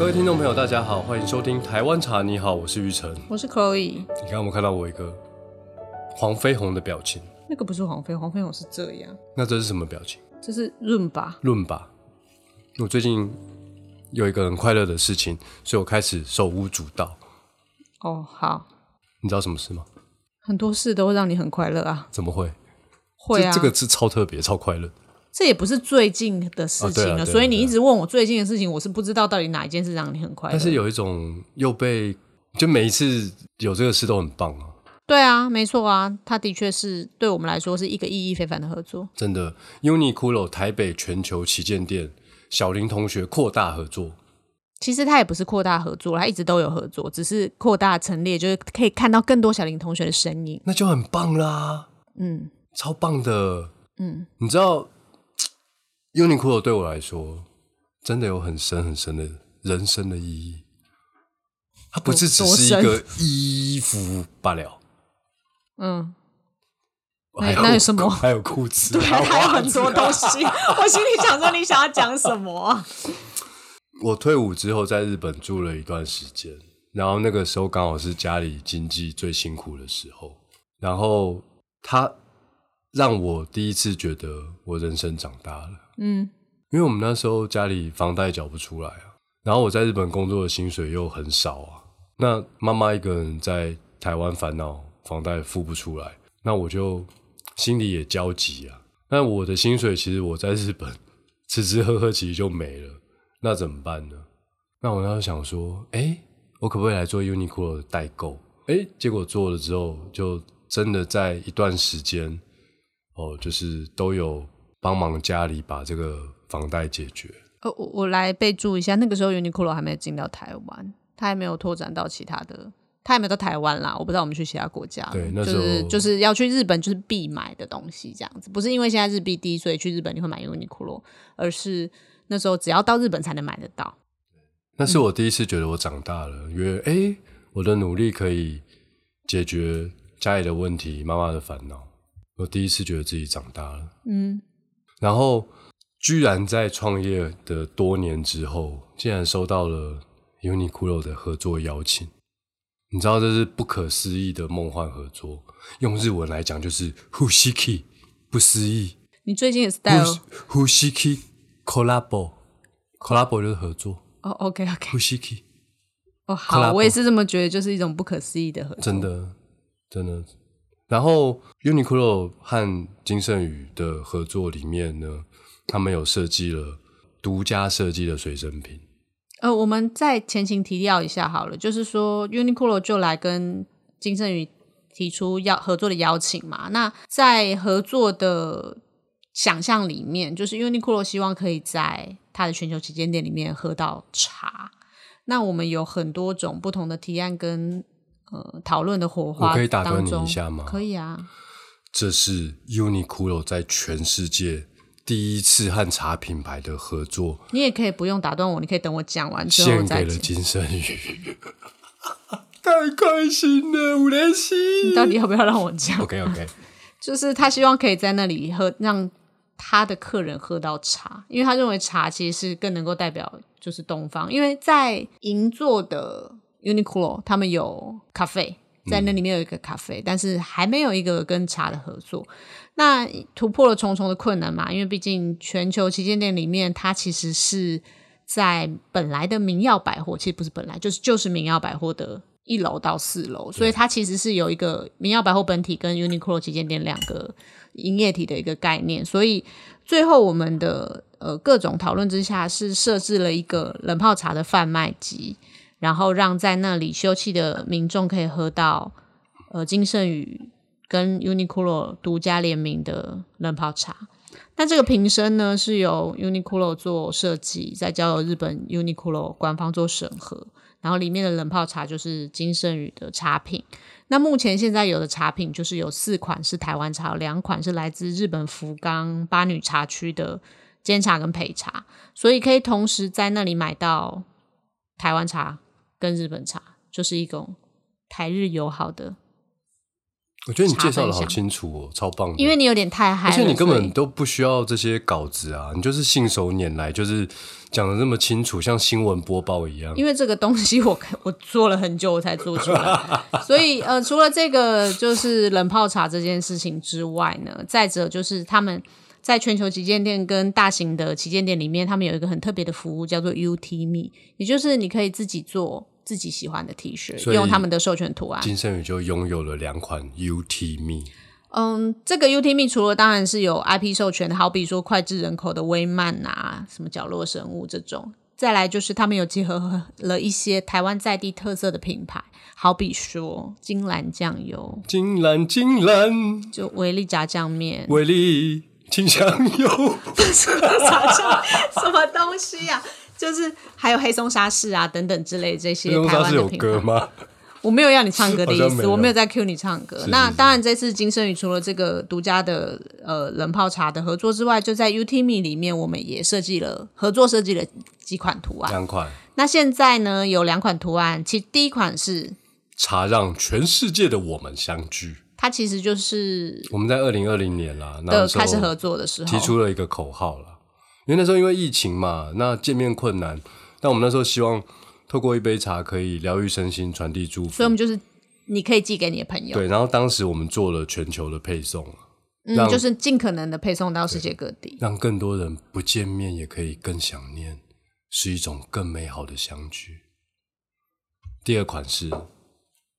位听众朋友，大家好，欢迎收听《台湾茶》，你好，我是玉成。我是 Chloe，你刚刚有看到我一个黄飞鸿的表情，那个不是黄飞，黄飞鸿是这样，那这是什么表情？这是润吧？论吧，我最近有一个很快乐的事情，所以我开始手舞足蹈。哦，好，你知道什么事吗？很多事都会让你很快乐啊，怎么会？会啊，这这个是超特别、超快乐的。这也不是最近的事情哦对啊了，对啊所以你对啊一直问我最近的事情，我是不知道到底哪一件事让你很快乐。但是有一种又被，就每一次有这个事都很棒啊，对啊，没错啊，它的确是对我们来说是一个意义非凡的合作。真的。Uniqlo 台北全球旗舰店，小林同学扩大合作，其实它也不是扩大合作，它一直都有合作，只是扩大陈列，就是可以看到更多小林同学的身影。那就很棒啦，嗯超棒的。嗯，你知道 Uniqlo 对我来说，真的有很深很深的人生的意义。它不是只多是一深个衣服罢了，嗯，那还有那有什么还有裤子，对啊，还它有有袜很子多东西。我心里想说，你想要讲什么 啊、我退伍之后在日本住了一段时间，然后那个时候刚好是家里经济最辛苦的时候，然后他让我第一次觉得我人生长大了，嗯，因为我们那时候家里房贷缴不出来啊，然后我在日本工作的薪水又很少啊，那妈妈一个人在台湾烦恼房贷付不出来，那我就心里也焦急啊。那我的薪水其实我在日本吃吃喝喝其实就没了，那怎么办呢？那我那时候想说，哎、我可不可以来做 Uniqlo 的代购？哎、结果做了之后，就真的在一段时间，哦，就是都有帮忙家里把这个房贷解决。呃，我我来备注一下，那个时候 Uniqlo 还没有进到台湾，它还没有拓展到其他的，它还没有到台湾啦。我不知道我们去其他国家了，对那就时候是就是要去日本就是必买的东西这样子，不是因为现在日币低所以去日本你会买 Uniqlo，而是那时候只要到日本才能买得到。那是我第一次觉得我长大了，因为哎、诶我的努力可以解决家里的问题、妈妈的烦恼。我第一次觉得自己长大了，嗯，然后居然在创业的多年之后，竟然收到了 Uniqlo 的合作邀请。你知道这是不可思议的梦幻合作，用日文来讲就是 “hushiki”，不思议你最近的 style ，“hushiki collabo”，collabo 就是合作哦，OK OK， ，“hushiki”。哦，collab 好，我也是这么觉得，就是一种不可思议的合作。真的，真的。然后 Uniqlo 和金圣宇的合作里面呢，他们有设计了独家设计的随身品，呃，我们再前情提要一下好了，就是说 Uniqlo 就来跟金圣宇提出要合作的邀请嘛。那在合作的想象里面，就是 Uniqlo 希望可以在它的全球旗舰店里面喝到茶。那我们有很多种不同的提案跟呃讨论的火花，我可以打断你一下吗可以啊，这是 Uniqlo 在全世界第一次和茶品牌的合作，你也可以不用打断我，你可以等我讲完之后献再给了讲。 金圣宇。 太开心了，五连星。你到底要不要让我讲？ OK OK，就是他希望可以在那里喝，让他的客人喝到茶，因为他认为茶其实是更能够代表就是东方，因为在银座的 Uniqlo 他们有咖啡，在那里面有一个咖啡，但是还没有一个跟茶的合作。那突破了重重的困难嘛，因为毕竟全球旗舰店里面，它其实是在本来的明耀百货，其实不是本来，就是就是明耀百货的一楼到四楼，所以它其实是有一个明耀百货本体跟 Uniqlo 旗舰店两个营业体的一个概念，所以最后我们的呃各种讨论之下，是设置了一个冷泡茶的贩卖机，然后让在那里休憩的民众可以喝到呃金圣宇跟 Uniqlo 独家联名的冷泡茶。那这个瓶身呢，是由 Uniqlo 做设计，再交由日本 Uniqlo 官方做审核，然后里面的冷泡茶就是金圣宇的茶品。那目前现在有的茶品就是有四款是台湾茶，有两款是来自日本福冈八女茶区的煎茶跟焙茶，所以可以同时在那里买到台湾茶跟日本茶，就是一种台日友好的我觉得你介绍的好茶分享清楚哦，超棒的。因为你有点太而嗨了，且你根所本以都不需要这些稿子啊，你就是信手拈来，就是讲的那么清楚，像新闻播报一样。因为这个东西我看我做了很久我才做出来，所以呃，除了这个就是冷泡茶这件事情之外呢，再者就是他们在全球旗舰店跟大型的旗舰店里面，他们有一个很特别的服务叫做 UT Me，也 E，就是你可以自己做自己喜欢的 T 恤，所以用他们的授权图案。金圣宇就拥有了两款 UT Me，嗯，这个 UTM 除了当然是有 IP 授权的，好比说脍炙人口的微漫啊，什么角落生物这种。再来就是他们有结合了一些台湾在地特色的品牌，好比说金兰酱油、金兰金兰，就维力炸酱面、 伟力清香油，炸酱什么东西呀、就是还有黑松沙士啊等等之类这些用台它湾是的有品歌牌。吗？我没有要你唱歌的意好像没思，有我没有在 cue 你唱歌。是那是当然，这次金圣宇除了这个独家的呃冷泡茶的合作之外，就在 UTME 里面，我们也设计了合作设计了几款图 案。两款那现在呢，有两款图案，其第一款是茶让全世界的我们相聚。它其实就是我们在二零二零年啦，那的时候开始合作的时候提出了一个口号啦，因为那时候因为疫情嘛，那见面困难，但我们那时候希望透过一杯茶可以疗愈身心，传递祝福所以我。们就是你可以寄给你的朋友，对，然后当时我们做了全球的配送，嗯，让就是尽可能的配送到世界各地。让更多人不见面也可以更想念，是一种更美好的相聚。第二款是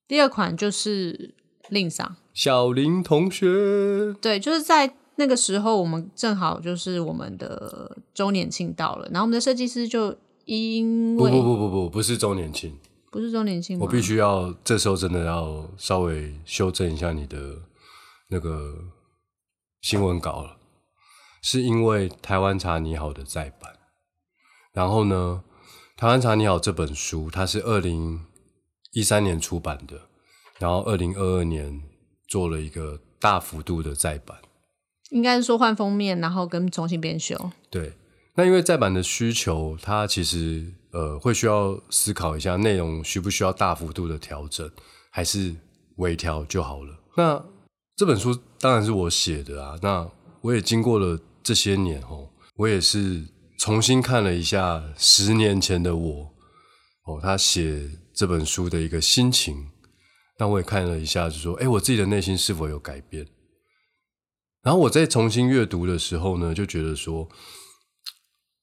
第二款就是令赏。小林同学，对，就是在那个时候，我们正好就是我们的周年庆到了，然后我们的设计师就因不为不不不不，不是周年庆，不是周年庆吗，我必须要这时候真的要稍微修正一下你的那个新闻稿了，是因为台湾茶你好的再版，然后呢，《台湾茶你好》这本书它是二零一三年出版的，然后二零二二年做了一个大幅度的再版。应该是说换封面，然后跟重新编修。对，那因为再版的需求，它其实呃会需要思考一下内容需不需要大幅度的调整，还是微调就好了。那这本书当然是我写的啊，那我也经过了这些年哦，我也是重新看了一下十年前的我哦，他写这本书的一个心情。那我也看了一下，就说，哎，我自己的内心是否有改变？然后我在重新阅读的时候呢，就觉得说，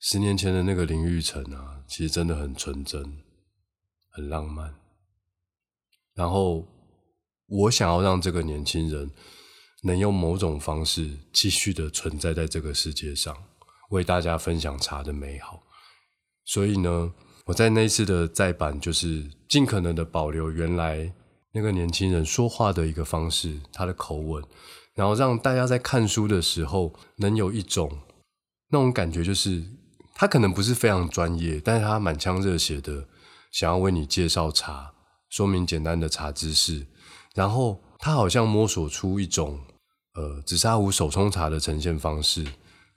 十年前的那个林玉成啊，其实真的很纯真，很浪漫。然后我想要让这个年轻人能用某种方式继续的存在在这个世界上，为大家分享茶的美好。所以呢，我在那一次的再版，就是尽可能的保留原来那个年轻人说话的一个方式，他的口吻，然后让大家在看书的时候能有一种那种感觉，就是他可能不是非常专业，但是他满腔热血的想要为你介绍茶，说明简单的茶知识，然后他好像摸索出一种呃紫砂壶手冲茶的呈现方式，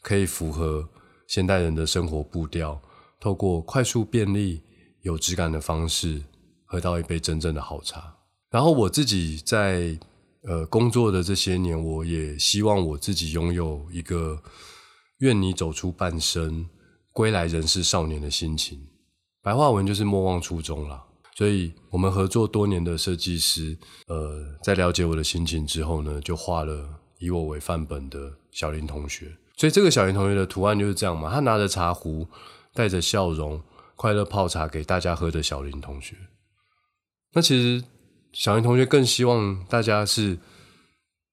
可以符合现代人的生活步调，透过快速便利、有质感的方式，喝到一杯真正的好茶。然后我自己在呃工作的这些年，我也希望我自己拥有一个愿你走出半生，归来仍是少年的心情。白话文就是莫忘初衷啦。所以我们合作多年的设计师，呃，在了解我的心情之后呢，就画了以我为范本的小林同学。所以这个小林同学的图案就是这样嘛，他拿着茶壶，带着笑容，快乐泡茶给大家喝的小林同学。那其实小林同学更希望大家是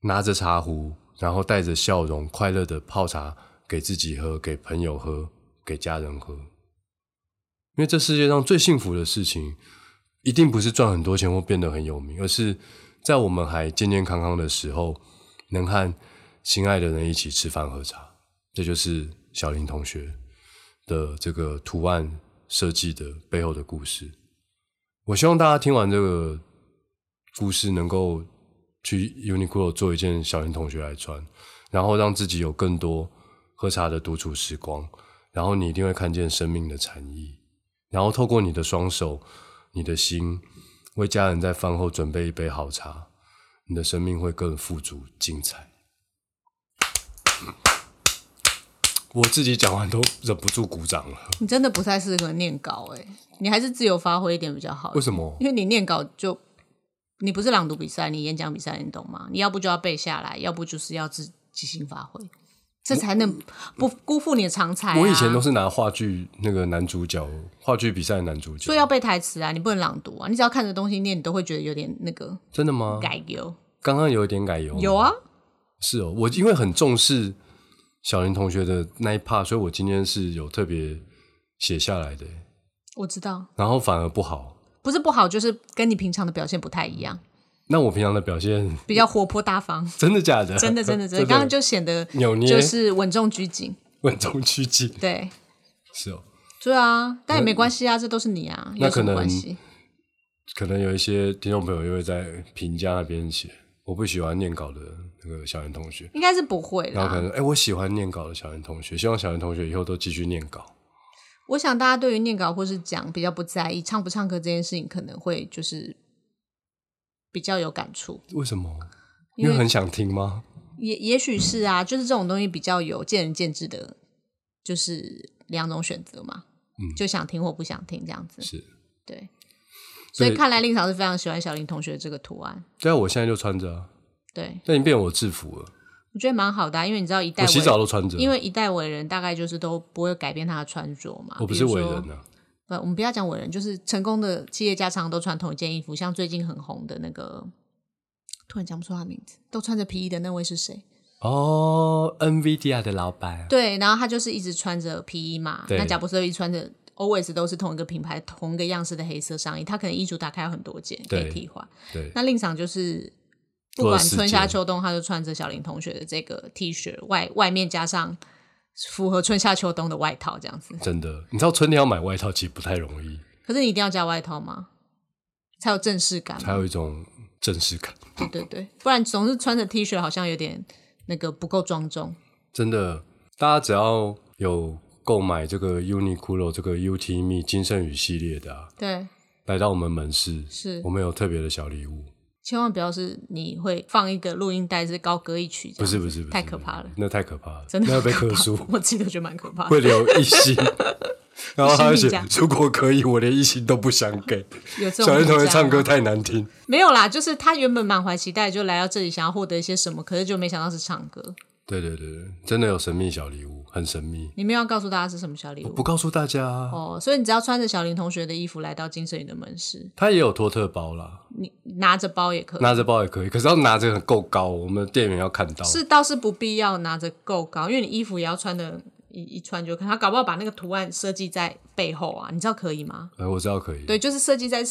拿着茶壶，然后带着笑容，快乐的泡茶给自己喝，给朋友喝，给家人喝。因为这世界上最幸福的事情，一定不是赚很多钱或变得很有名，而是在我们还健健康康的时候，能和心爱的人一起吃饭喝茶。这就是小林同学的这个图案设计的背后的故事。我希望大家听完这个故事，能够去 Uniqlo 做一件小林同学来穿，然后让自己有更多喝茶的独处时光，然后你一定会看见生命的禅意，然后透过你的双手、你的心，为家人在饭后准备一杯好茶，你的生命会更富足精彩。 我自己讲完都忍不住鼓掌了，你真的不太适合念稿哎、你还是自由发挥一点比较好为。什么？因为你念稿就你不是朗读比赛，你演讲比赛，你懂吗？你要不就要背下来，要不就是要自即兴发挥，这才能不辜负你的长才、啊。我以前都是拿话剧那个男主角，话剧比赛的男主角所以，要背台词啊，你不能朗读啊，你只要看着东西念，你都会觉得有点那个真的吗？改油。刚刚有一点改油，有啊，是哦，我因为很重视小林同学的那一 part，所以我今天是有特别写下来的，我知道，然后反而不好。不是不好，就是跟你平常的表现不太一样，那我平常的表现比较活泼大方。 真的假的？真的，真 的，真的，刚刚就显得扭捏就是稳重拘谨。稳中取静，对，是哦。对啊，但也没关系啊，这都是你啊，那有什可么能关系？可能有一些听众朋友又会在评价那边写，我不喜欢念稿的那个小林同学，应该是不会然后可啦。能哎、我喜欢念稿的小林同学，希望小林同学以后都继续念稿。我想大家对于念稿或是讲比较不在意，唱不唱歌这件事情可能会就是比较有感触。为什么？因因为为很想听吗？也也许是啊，就是这种东西比较有见仁见智的，就是两种选择嘛，嗯就想听或不想听这样子。是，对，所以对看来令嫂是非常喜欢小林同学这个图案，对啊，我现在就穿着、啊，对那已经变我制服了，我觉得蛮好的、啊，因为你知道一代我为洗澡都穿着，因为一代伟人大概就是都不会改变他的穿着嘛。我不是比如伟说人啊，不，我们不要讲伟人，就是成功的企业家常常都穿同一件衣服，像最近很红的那个，突然讲不出他的名字，都穿着皮衣的那位是谁？哦，NVIDIA 的老板，对，然后他就是一直穿着皮衣嘛，对那贾伯斯一直穿着。always 都是同一个品牌、同一个样式的黑色上衣，他可能衣橱打开有很多件可以对替换。对，那令赏就是不多了管四春夏件秋冬，他就穿着小林同学的这个 T 恤，外外面加上符合春夏秋冬的外套这样子。真的，你知道春天要买外套其实不太容易，可是你一定要加外套吗？才有正式感嘛。才有一种正式感。对对对，不然总是穿着 T 恤好像有点那个不够庄重。真的，大家只要有购买这个 Uniqlo 这个 UT Me E 金圣宇系列的、啊，对，来到我们门市，是我们有特别的小礼物。千万不要是你会放一个录音带是高歌一曲这样，不是不是不是，啊太可怕了，那太可怕了，真的那要被克很可怕数， 我自己都觉得蛮可怕的。会留一 星。然后他会一星写评：“如果可以，我连一星都不想给。 有”这种小林同学评价唱歌吗太难听，没有啦，就是他原本满怀期待就来到这里，想要获得一些什么，可是就没想到是唱歌。对对对对，真的有神秘小礼物，很神秘，你没有要告诉大家是什么小礼物不告诉大家啊。哦，所以你只要穿着小林同学的衣服来到金圣宇的门市，他也有托特包啦，你拿着包也可以。拿着包也可以，可是要拿着很够高，我们店员要看到。是倒是不必要拿着够高，因为你衣服也要穿的，一一穿就看。他搞不好把那个图案设计在背后啊，你知道可以吗？呃，我知道可以。对，就是设计在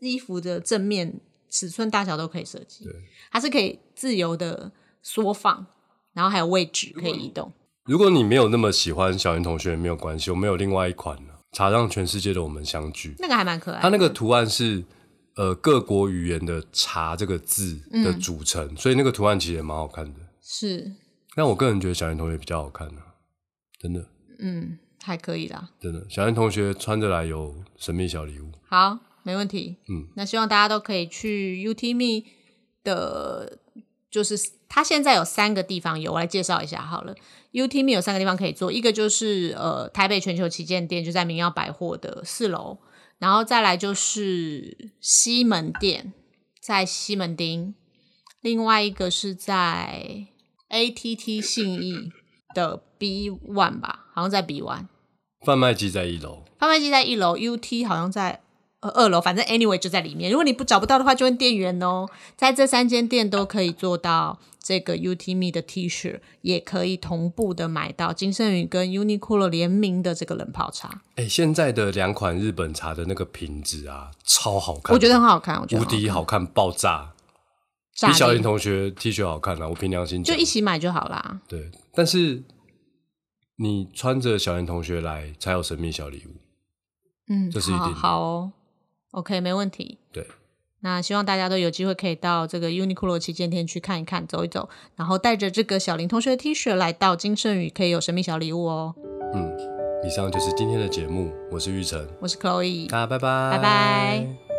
衣服的正面，尺寸大小都可以设计。对，它是可以自由的缩放，然后还有位置可以移动。如果你没有那么喜欢小林同学，没有关系，我们有另外一款呢、茶让全世界的我们相聚。那个还蛮可爱它的。那个图案是呃各国语言的“茶”这个字的嗯组成，所以那个图案其实也蛮好看的。是，但我个人觉得小林同学比较好看啊，真的嗯，还可以啦。真的，小林同学穿着来有神秘小礼物。好，没问题。嗯，那希望大家都可以去 UTME 的，就是它现在有三个地方有，我来介绍一下好了。UTME 有三个地方可以做，一个就是呃台北全球旗舰店，就在明耀百货的四楼，然后再来就是西门店，在西门町，另外一个是在 ATT 信义的 B One 吧，好像在 B One。贩卖机在一楼，贩卖机在一楼，UT 好像在呃二楼，反正 anyway 就在里面。如果你不找不到的话，就问店员哦。在这三间店都可以做到这个 UT Me 的 T 恤，也可以同步的买到金圣宇跟 Uniqlo 联名的这个冷泡茶，哎、现在的两款日本茶的那个瓶子啊，超好看，我觉得很好看，我觉得无很好看敌好看，爆炸，炸比小裂林同学 T 恤好看啊！我凭良心就讲，一起买就好啦。对，但是你穿着小严同学来才有神秘小礼物。嗯，这是一定好的好哦，OK，没问题。对，那希望大家都有机会可以到这个 Uniqlo 旗舰店去看一看、走一走，然后带着这个小林同学的 T 恤来到金圣宇，可以有神秘小礼物哦。嗯，以上就是今天的节目，我是玉成，我是 Chloe，大家拜拜，拜拜。